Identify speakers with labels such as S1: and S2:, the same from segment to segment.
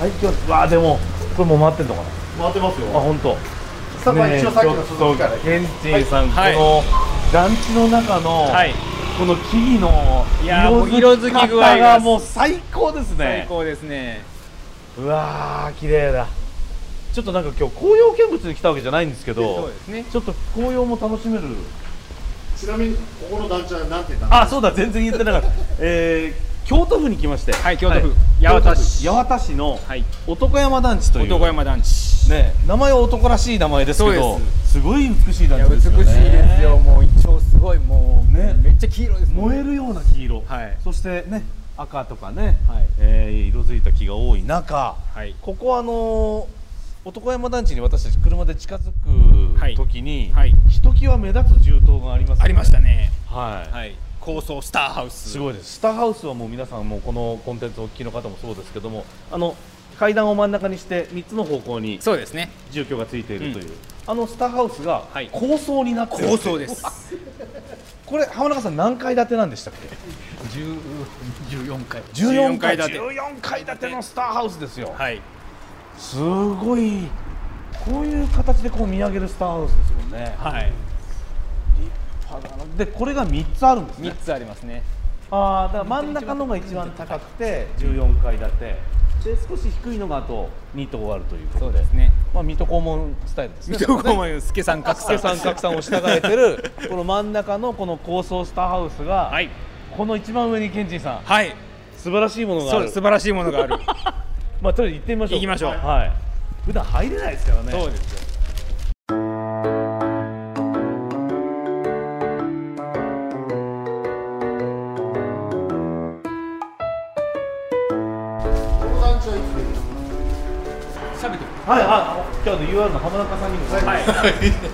S1: 最強うわあでもこれもう回ってんのかな
S2: 回ってますよ
S1: あ本当。
S2: さまあ一応さっきの
S1: ねえ
S2: 続きから
S1: ちょっとケンチンさん、
S3: はい
S1: この団地の中の、
S3: はい
S1: この木々の
S3: いやー
S1: 色づき
S3: もう色づき具
S1: 方
S3: 合
S1: が
S3: が
S1: もう最高です
S3: 最
S1: ね
S3: 高ですね
S1: うわー綺麗だちょっとなんか今日紅葉見物に来たわけじゃないんですけ
S3: そ
S1: ど
S3: うですね
S1: ちょっと紅葉も楽しめる
S2: ちなみにここの団地は何て言ったんですか
S1: あそうだ全然言ってなかった、えー、京都府に来まして
S3: はい京都府八幡市
S1: 京都府八幡市の
S3: はい
S1: 男山団地という
S3: 男山団地
S1: ね名前は男らしい名前ですけど
S3: そうです
S1: ごい美しい
S3: いや
S1: 団地
S3: 美
S1: で
S3: し
S1: す
S3: い
S1: よね
S3: ですよもう一丁すごいもう
S1: ね
S3: めっちゃ黄色です
S1: 燃えるような黄色、
S3: はい
S1: そしてね赤とかね、
S3: はい
S1: えー色づいた木が多い中、
S3: はい
S1: ここあのー男山団地に私たち車で近づ
S3: は
S1: く
S3: い
S1: 時に、
S3: はい
S1: ひときわ目立つ銃刀がありますよね、
S3: ありましたね
S1: はい、
S3: はい高層スターハウス
S1: すごいですスターハウスはもう皆さんもうこのコンテンツをお聞きの方もそうですけどもあの階段を真ん中にして3つの方向に
S3: そうですね
S1: 住居がついているという、あのスターハウスが
S3: はい
S1: 高層になってる
S3: 高層です
S1: これ浜中さん何階建てなんでしたっけ
S3: 14階
S1: 14
S3: 14
S1: 階
S3: 階
S1: 建
S3: 建
S1: て
S3: て
S1: 14階建てのスターハウスですよ、
S3: はい
S1: すごいこういう形でこう見上げるスターハウスですもんね
S3: はい
S1: でこれが3つあるんですね
S3: 3つありますね
S1: ああだから真ん中のが一番高くて14階建てで少し低いのがあと2棟あるということ
S3: そう
S1: で
S3: ですね
S1: まあ水戸黄門スタイルですね
S3: 水戸黄門助さん格
S1: 助さん格さんを従えてるこの真ん中のこの高層スターハウスが、
S3: はい
S1: この一番上にケンチンさん
S3: はい
S1: 素晴らしいものがあ
S3: そう
S1: る
S3: 素晴らしいものがある
S1: まあとりあえず行ってみましょう
S3: 行きましょう
S1: はい普段入れないですからね
S3: そうですよ
S2: この団地はいつできた
S3: 喋ってく
S1: はいはい今日の UR の浜中さんにも、
S3: ださい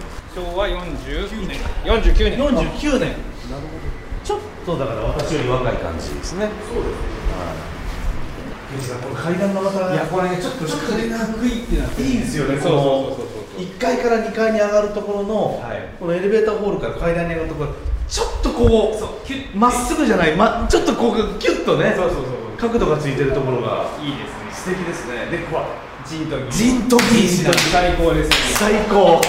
S3: 昭和49年49年
S1: 49年なるほどちょっとだから私より若い感じですねそうですねはいケンチンさんこの階段がまた
S3: いやこれねちょっとちょっとね低いってなって
S1: いいですよね、
S3: そうそうそうそう
S1: 1階から2階に上がるところの、
S3: はい
S1: このエレベーターホールから階段に上がるところ、ちょっとこう、まっすぐじゃない、ま、ちょっとこう、キュッとね、
S3: そうそうそう
S1: 角度がついてるところが、
S3: いいです
S1: 素
S3: ね
S1: 敵ですね、で、こう、
S3: ジンとギ
S1: ジンとギンしな
S3: 最高ですね
S1: 最高、
S3: は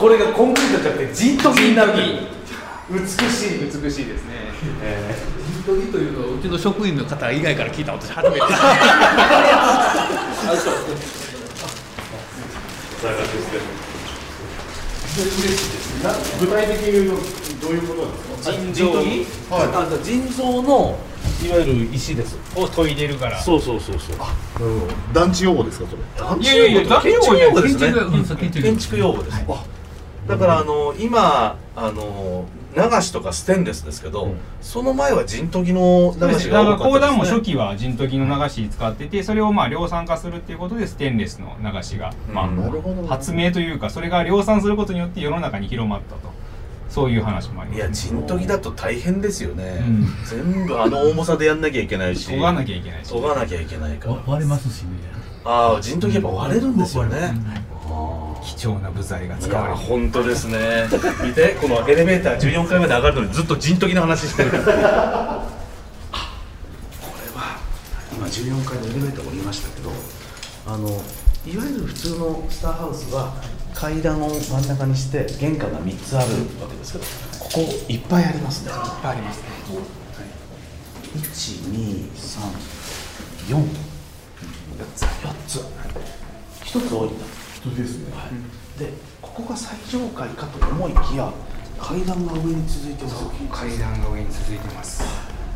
S1: これがコンクリートじゃなくて、ジンとギンになる、美しい、
S3: 美しいですね
S4: ジントギというのはうちの職員の方以外から聞いた私初めて
S2: 具体的に言うとどういうことなんですか
S3: 腎
S1: 腎臓
S3: 臓
S1: に、
S2: はい
S1: あじゃあ腎臓のいわゆる石です。
S3: を研いでるから
S1: そうそうそうそう。
S2: 団地用語ですかそれ
S3: いやいやいやだ
S1: 建築用語ですね
S4: 建築用語うんそう建築用語
S1: 建築用語です、あだからあの今あの流しとかステンレスですけど、その前は陣研ぎの
S3: そう
S1: 流
S3: です
S1: し
S3: ね
S1: が多
S3: だから
S1: か
S3: 講
S1: った
S3: 談も
S1: です
S3: 初
S1: ね
S3: 期はジントギの流し使っててそれをまあ量産化するっていうことでステンレスの流しが、ま
S1: うん
S2: なるほど
S3: あ、発明というかそれが量産することによって世の中に広まったとそういう話もあり
S1: い
S3: ま
S1: や
S3: す
S1: 陣研ぎだと大変ですよね、
S3: うん
S1: 全部あの重さでやんなきゃいけないし
S3: 研がなきゃいけないし
S1: 研がなきゃいけないから
S4: 割れますしね
S1: ああ陣研ぎやっぱ割れるんですよね、
S3: 貴重な部材が
S1: い
S3: 使
S1: や
S3: われてる
S1: 本当ですね見てこのエレベーター14階まで上がるのにずっと陣取りの話してるあこれは今14階のエレベーター降りましたけどあのいわゆる普通のスターハウスは階段を真ん中にして玄関が3つあるわけですけどここいっぱいありますねいっぱいありますね1234 4つ1つ多いんだ
S2: 人ですね
S1: でここが最上階かと思いきや階段が上に続いてます
S3: 階段が上に続いてます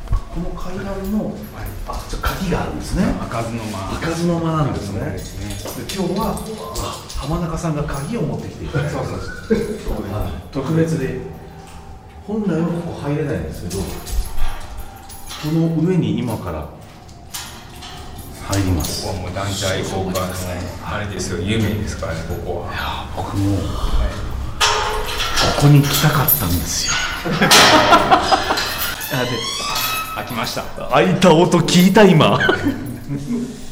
S1: この階段の、あちょっと鍵があるんですね
S3: 開かずの間
S1: 開かずの間なんですね
S3: 開
S1: で
S3: かずの間ですね
S1: 今日はあ浜中さんが鍵を持ってきていただいてはい特別で本来はここ入れないんですけどこの上に今から入ります
S3: ここはもう団地愛好家のあれですよ有名ですからねここは
S1: 僕もここに来たかったんですよ
S3: 開きました
S1: 開いた音聞いた今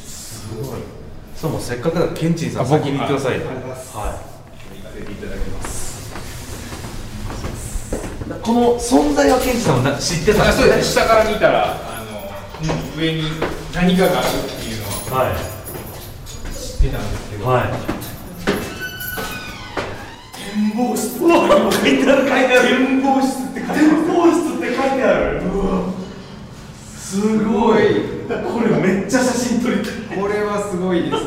S1: すごいそうもうせっかくだからケンチンさん
S3: あ僕
S1: 先に行ってくださいよ
S3: あありがとうございますいただきます
S1: はいこの存在はケンチンさんもな知ってたん
S3: そうですす下から見たらあの、上に何かがあるっていうのは
S1: はい
S3: してたんですけど、
S1: はい。展望室。うわ、書いてある、書いてある。展望室って書いてある。展望室って書いてある。うわ。すごい。これめっちゃ写真撮りたい。
S3: これはすごいですね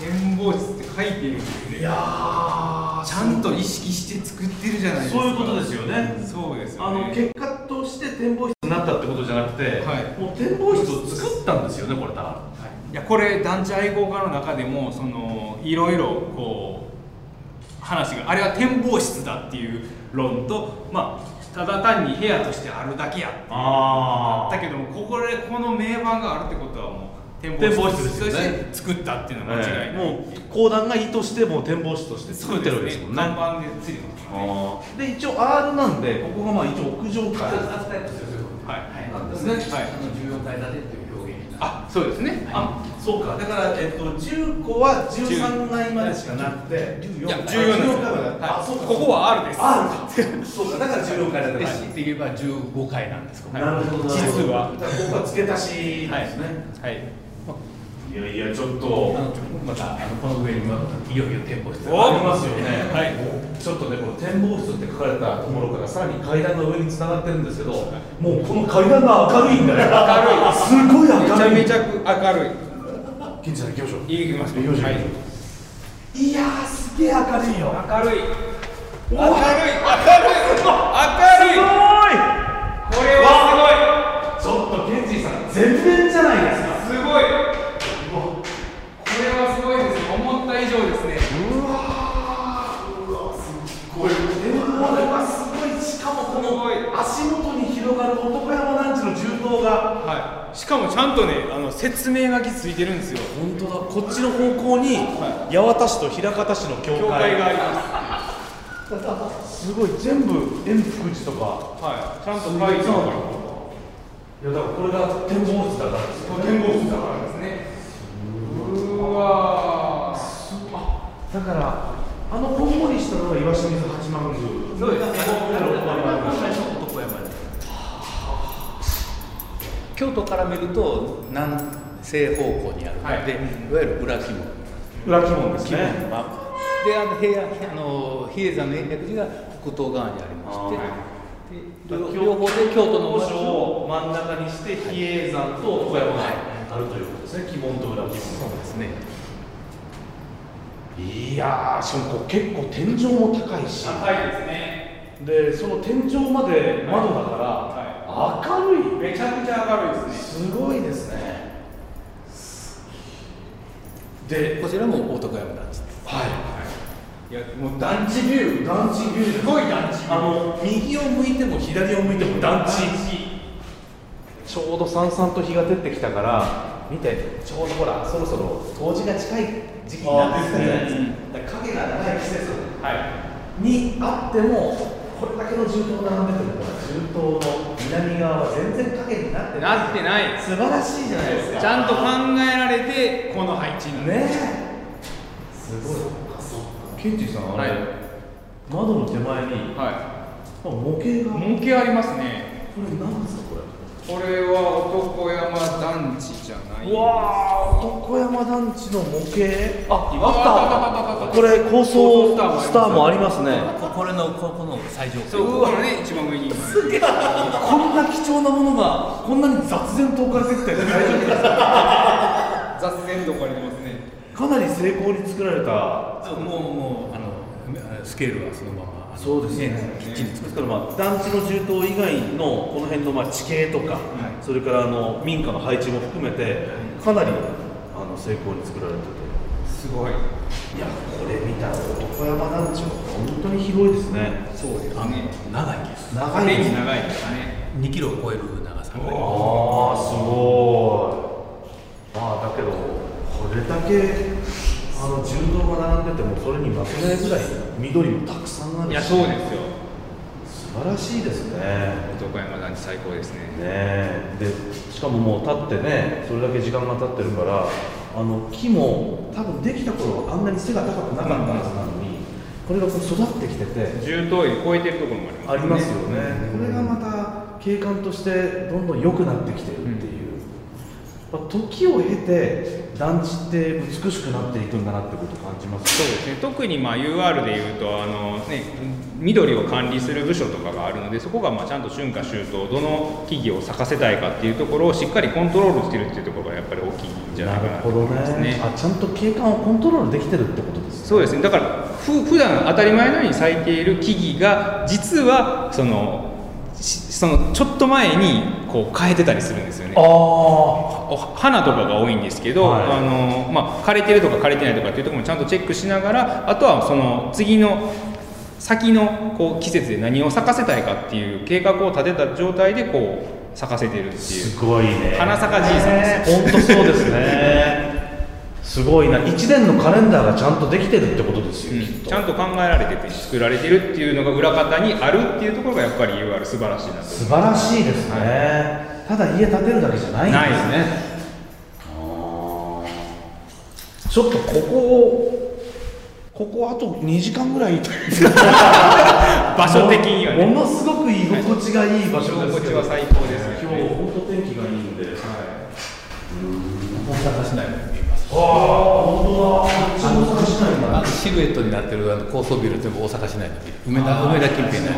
S3: 展望室って書いてるんですね
S1: いやー
S3: ちゃんと意識して作ってるじゃないですか
S1: そういうことですよね
S3: そうです
S1: あ
S3: よね
S1: の結果として展望室になったってことじゃなくて、
S3: はい
S1: もう展望室を作ったんですよねこれだか
S3: いやこれ団地愛好家の中でもそのいろいろこう話があれは展望室だっていう論とまあただ単に部屋としてあるだけや
S1: らあ
S3: だけどもここでこの名盤があるってことはもう展
S1: 展望
S3: 望
S1: 室
S3: 室
S1: ですよね
S3: として作ったっていうのは間違いない、
S1: もう公団が意図してもう展望室として作ってるわけですもんね
S3: 看板でついてますからね
S1: あーで一応 R なんでここがまあ一応屋上階
S3: はい
S1: なんですね
S3: はい
S2: 14階建てっていう表現にな
S3: あそうですね、
S1: あそうかだから、えっと、10個は13階までしかなくて14
S4: いや
S1: 階
S4: 14なんですよ
S1: 階まであ
S3: あ
S1: そうか
S3: ここは R です
S1: R かそうかだから14階建て
S4: で
S1: ま
S4: 強いて言えば15回なんですここ
S1: なるほどなるほど
S3: 実は
S1: だからここは付け足しですね、
S3: はい
S1: いやいや、ちょっ
S4: あ
S1: と。
S4: のまたあのこの上にまいよいよ店舗室
S3: お
S1: ありますよね。
S3: はい
S1: ちょっとね、この展望室って書かれたところから、さらに階段が上に繋がってるんですけど。もう、この階段が明るいんだよ。明すごい
S3: め
S1: 明
S3: ち
S1: る
S3: ゃ
S1: い。
S3: めちゃ明るい
S1: 金ちゃん、行きましょう。
S3: いきます
S1: 行きましょう
S3: はい
S1: いやー、すげえ明るいよ。
S3: 明るい
S1: お
S3: 明るい明るい明るい
S1: わすごい。
S3: これは
S1: ちょっと、ケンジさん、全然じゃないですか。
S3: すごいすごいこれはすごいです思った以上ですね
S1: うわーうわすっごい展望台はすごいしかもこの足元に広がる男山団地の重塔が
S3: はいしかもちゃんとねあの説明書きついてるんですよ
S1: 本当だこっちの方向に八幡市と枚方市の
S3: 教
S1: 境
S3: 会
S1: 界
S3: が
S1: が
S3: ありま す
S1: すごい全部円福寺とか
S3: はいちゃんと書いてある
S1: いやだからこれが展望室だからですよ
S3: 展望室だからですねうわー
S1: だからあのこんもりしたのが岩清水八幡宮
S4: そうですね京都から見ると南西方向にあるので、
S3: はい
S4: い、わゆる裏鬼門
S1: 裏鬼門ですね
S4: まあであの平安あの比叡山の延暦寺が北東側にありまし
S1: あ
S4: て、で両両方で京都の
S1: 王
S4: 町
S1: 将
S4: を
S1: を真ん中にして比叡山と小山があるということですね鬼門と裏鬼門
S4: そうですね
S1: いやーしかもこう結構天井も高いし
S3: 高いですね
S1: でその天井まで窓だから、明るい
S3: めちゃくちゃ明るいですね
S1: すごいですねで
S4: こちらも大徳山団地です
S1: はい
S3: やもう団地ビュー
S1: 団地ビューです
S3: すごい団地
S1: あの右を向いても左を向いても団地ちょうどさんさんと日が照ってきたから見てちょうどほらそろそろ冬至が近い時期になってきたじゃないですかだから影が長い季節
S3: は
S1: にあってもこれだけの銃刀を並べてもほら銃刀の南側は全然影になってな
S3: い
S1: い
S3: なってない
S1: 素晴らしいじゃないですか
S3: ちゃんと考えられてこの配置になる
S1: ねえすごいケンジさんあ
S3: は
S1: れ、
S3: い
S1: 窓の手前にあ
S3: は
S1: 模型が
S3: い模型ありますね
S1: これ何ですかこ
S3: これは男山団地じゃな
S1: れ
S3: いう
S1: わー男山団地の模型あ
S3: あったあったあったあったあった
S1: これ高層スターもありますね
S4: ここれのここの最上
S3: そうここのね一番上に今
S1: すげえこんな貴重なものがこんなに雑然と置かれてきたら大丈夫ですか
S3: 雑然と置かれてますね
S1: かなり精巧に作られた
S4: あもうもうあのスケールはそのまま
S1: そうですね
S4: ねきっちり
S1: ですからまあ団地の住棟以外のこの辺のまあ地形とか、それからあの民家の配置も含めてかなりあの成功に作られてて
S3: すごい
S1: いやこれ見たら男山団地は本当に広いですね
S4: そうですね長いです
S1: 長
S3: オ
S1: い
S3: レン
S1: で
S3: ジ
S1: すね
S3: 長いですかね
S4: 2キロを超える長さ
S1: ああすごいまあだけどこれだけあの住棟が並んでてもそれに負けないぐらい緑もたくさんあるし
S3: いやそうですよ
S1: 素晴らしいですね
S3: 男山団地最高ですね
S1: ねえでしかももう経ってねそれだけ時間が経ってるからあの木も多分できた頃はあんなに背が高くなかったはずなのに、これがこう育ってきてて
S3: 重頭位超えてるところも
S1: あ
S3: あ
S1: り
S3: り
S1: ま
S3: ますす
S1: よね、これがまた景観としてどんどん良くなってきてるっていう、まあ時を経て
S5: 団地って美しくなっていくんだなってことを感じます
S3: そうですね、特にまあ UR でいうとあの、ね、緑を管理する部署とかがあるのでそこがまあちゃんと春夏秋冬どの企業を咲かせたいかっていうところをしっかりコントロールしてるっていうところがやっぱり大きいんじゃないかなと
S5: るほど
S3: 思います
S5: ね
S3: ね。
S5: あちゃんと景観をコントロールできてるってことですね
S3: そうですねだからふ普段当たり前のように咲いている木々が実はそのしそのちょっと前にこう変えてたりするんですよね。
S5: あ
S3: お花とかが多いんですけど、
S5: はい
S3: あのまあ、枯れてるとか枯れてないとかっていうところもちゃんとチェックしながらあとはその次の先のこう季節で何を咲かせたいかっていう計画を立てた状態でこう咲かせてるって
S5: あ
S3: いう
S5: すごいね
S3: 花咲かじいさんです
S5: す本当そうですね すごいな一年のカレンダーがちゃんとできてるってことですよ、きっ
S3: うん
S5: と
S3: ちゃんと考えられてて作られてるっていうのが裏方にあるっていうところがやっぱり UR 素晴らしいなと
S5: 素晴らしいですね、ただ家建てるだけじゃないん
S3: ない
S5: で
S3: ですす
S5: ね
S3: ね
S5: ちょっとここをここあと2時間ぐらい
S3: 場所的にはね
S5: ものすごく居心地がいい場
S3: 場
S5: 所
S3: 所
S5: です
S3: 心
S5: け
S3: 地
S5: ど
S3: は最高です
S5: 今
S3: よね
S5: 日本当天気がいいんで、
S4: 大阪市内も見えます
S5: ああ本当だこっちも大阪市内
S4: あ
S5: だ
S4: のシルエットになってるあの高層ビル全部大阪市内のビル梅田梅田近辺の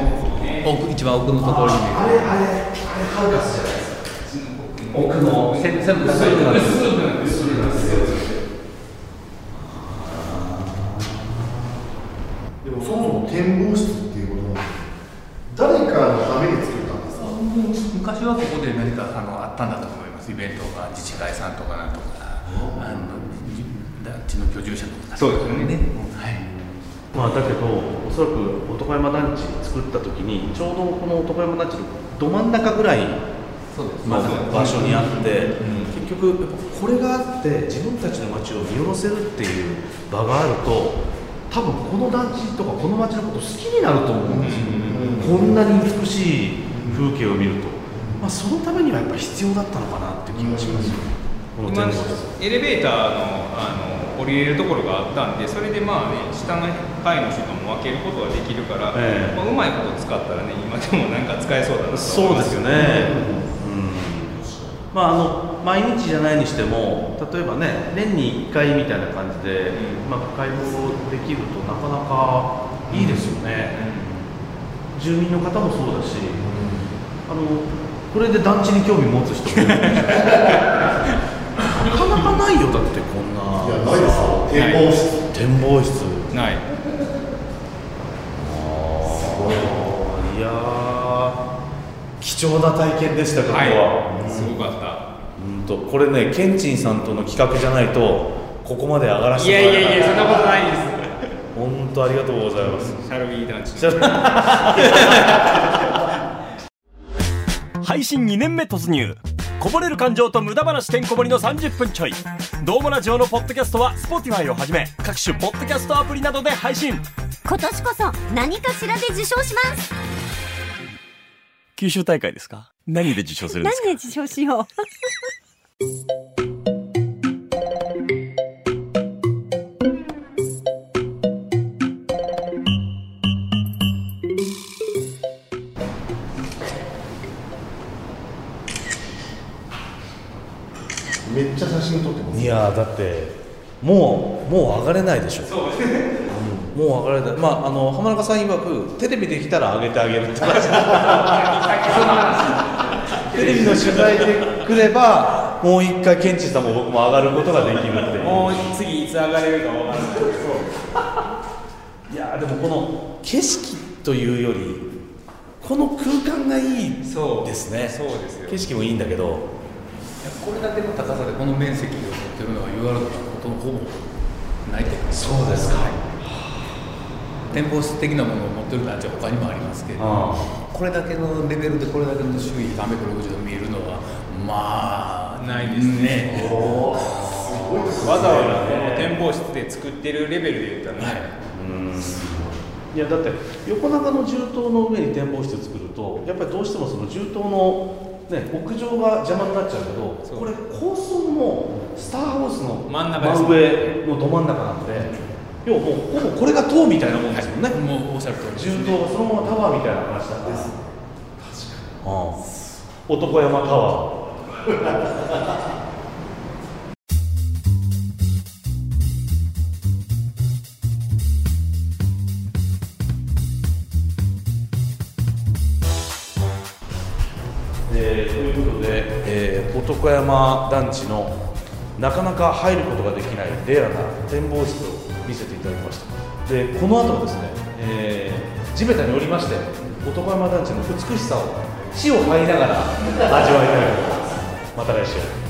S4: 奥一番奥のところに見
S5: あれあれあれハルカスじゃないですか奥の
S4: える全部薄いのが
S2: でもそもそも展望室っていうことなんですけど誰かのために作ったんですか
S4: 昔はここで何かあのあったんだと思いますイベントが自治会さんとかなんとかあのじ団地の居住者の方
S3: そうですよね
S4: うんはい
S5: まあだけどおそらく男山団地作った時にちょうどこの男山団地のど真ん中ぐらい
S4: そうです
S5: の場所にあって、
S4: ん
S5: 結局やっぱこれがあって自分たちの街を見下ろせるっていう場があると多分この団地とかこの街のこと好きになると思うんですよ、こんなに美しい風景を見ると、まあ、そのためにはやっぱ必要だったのかなっていう気がしますよね、この
S3: 今
S5: 展望室
S3: エレベーターのあの降りれるところがあったんでそれでまあね下の階の人とも分けることができるから、
S5: ええ
S3: まあ、うまいこと使ったらね今でもなんか使えそうだなと
S5: そうですよ
S3: ね
S5: ね、うんまあ、あの毎日じゃないにしても例えばね年に1回みたいな感じで、まあ、買い物できるとなかなかいいですよね、住民の方もそうだし、あのこれで団地に興味持つ人もいるでしょなかなかないよだってこんない
S2: やないですよ展望室
S5: 展望室
S3: ない
S5: いやー貴重な体験でしたここは、
S3: はいすごかった
S5: うんとこれねケンチンさんとの企画じゃないとここまで上がらせ
S3: いや
S5: て
S3: い
S5: も
S3: や
S5: らえない
S3: いやそんなことないで
S5: 本当ありがとうございます
S3: すシャルビー団地
S5: じゃあ
S6: 配信2年目突入こぼれる感情と無駄話てんこ盛りの30分ちょい「どうもラジオ」のポッドキャストは Spotify をはじめ各種ポッドキャストアプリなどで配信
S7: 今年こそ何かしらで受賞します
S6: 九州大会ですか何で受賞するんです
S7: 何
S6: か
S7: で受賞しよう
S2: めっちゃ写真撮ってます
S5: いやーだってもうもう上がれないでしょうんもう上がれないまああの浜中さん曰くテレビできたら上げてあげるって話テレビの取材で来ればもう一回ケンチンさんも僕も上がることができるっていう
S3: もう次いつ上がれるか分からない
S5: いやーでもこの景色というよりこの空間がいい
S3: そう
S5: ですね
S3: そうですよ
S5: 景色もいいんだけど
S4: これだけの高さでこの面積を持ってるのは UR のことのほぼないというか
S5: そうですか
S4: 展望室的なものを持ってる団地は他にもありますけれど
S5: あ
S4: これだけのレベルでこれだけの周囲360度見えるのはまあ
S3: ないですねわざわざこの展望室で作ってるレベルで言ったらね、
S5: いやだって横長の銃刀の上に展望室作るとやっぱりどうしてもその銃刀の、ね、屋上が邪魔になっちゃうけど
S3: そう
S5: これ構想もスター・ウォーズの
S3: 真ん中ですね
S5: 上のど真ん中なんで要はもうほぼこれが塔みたいなもんですもんね、
S4: もうおっしゃる通りです
S5: 銃刀がそのままタワーみたいな話だから確かに男山タワー徳山団地のなかなか入ることができないレアな展望室を見せていただきましたでこの後もですね、えー地べたに降りまして男山団地の美しさを地を這いながら味わいたいと思いますまた来週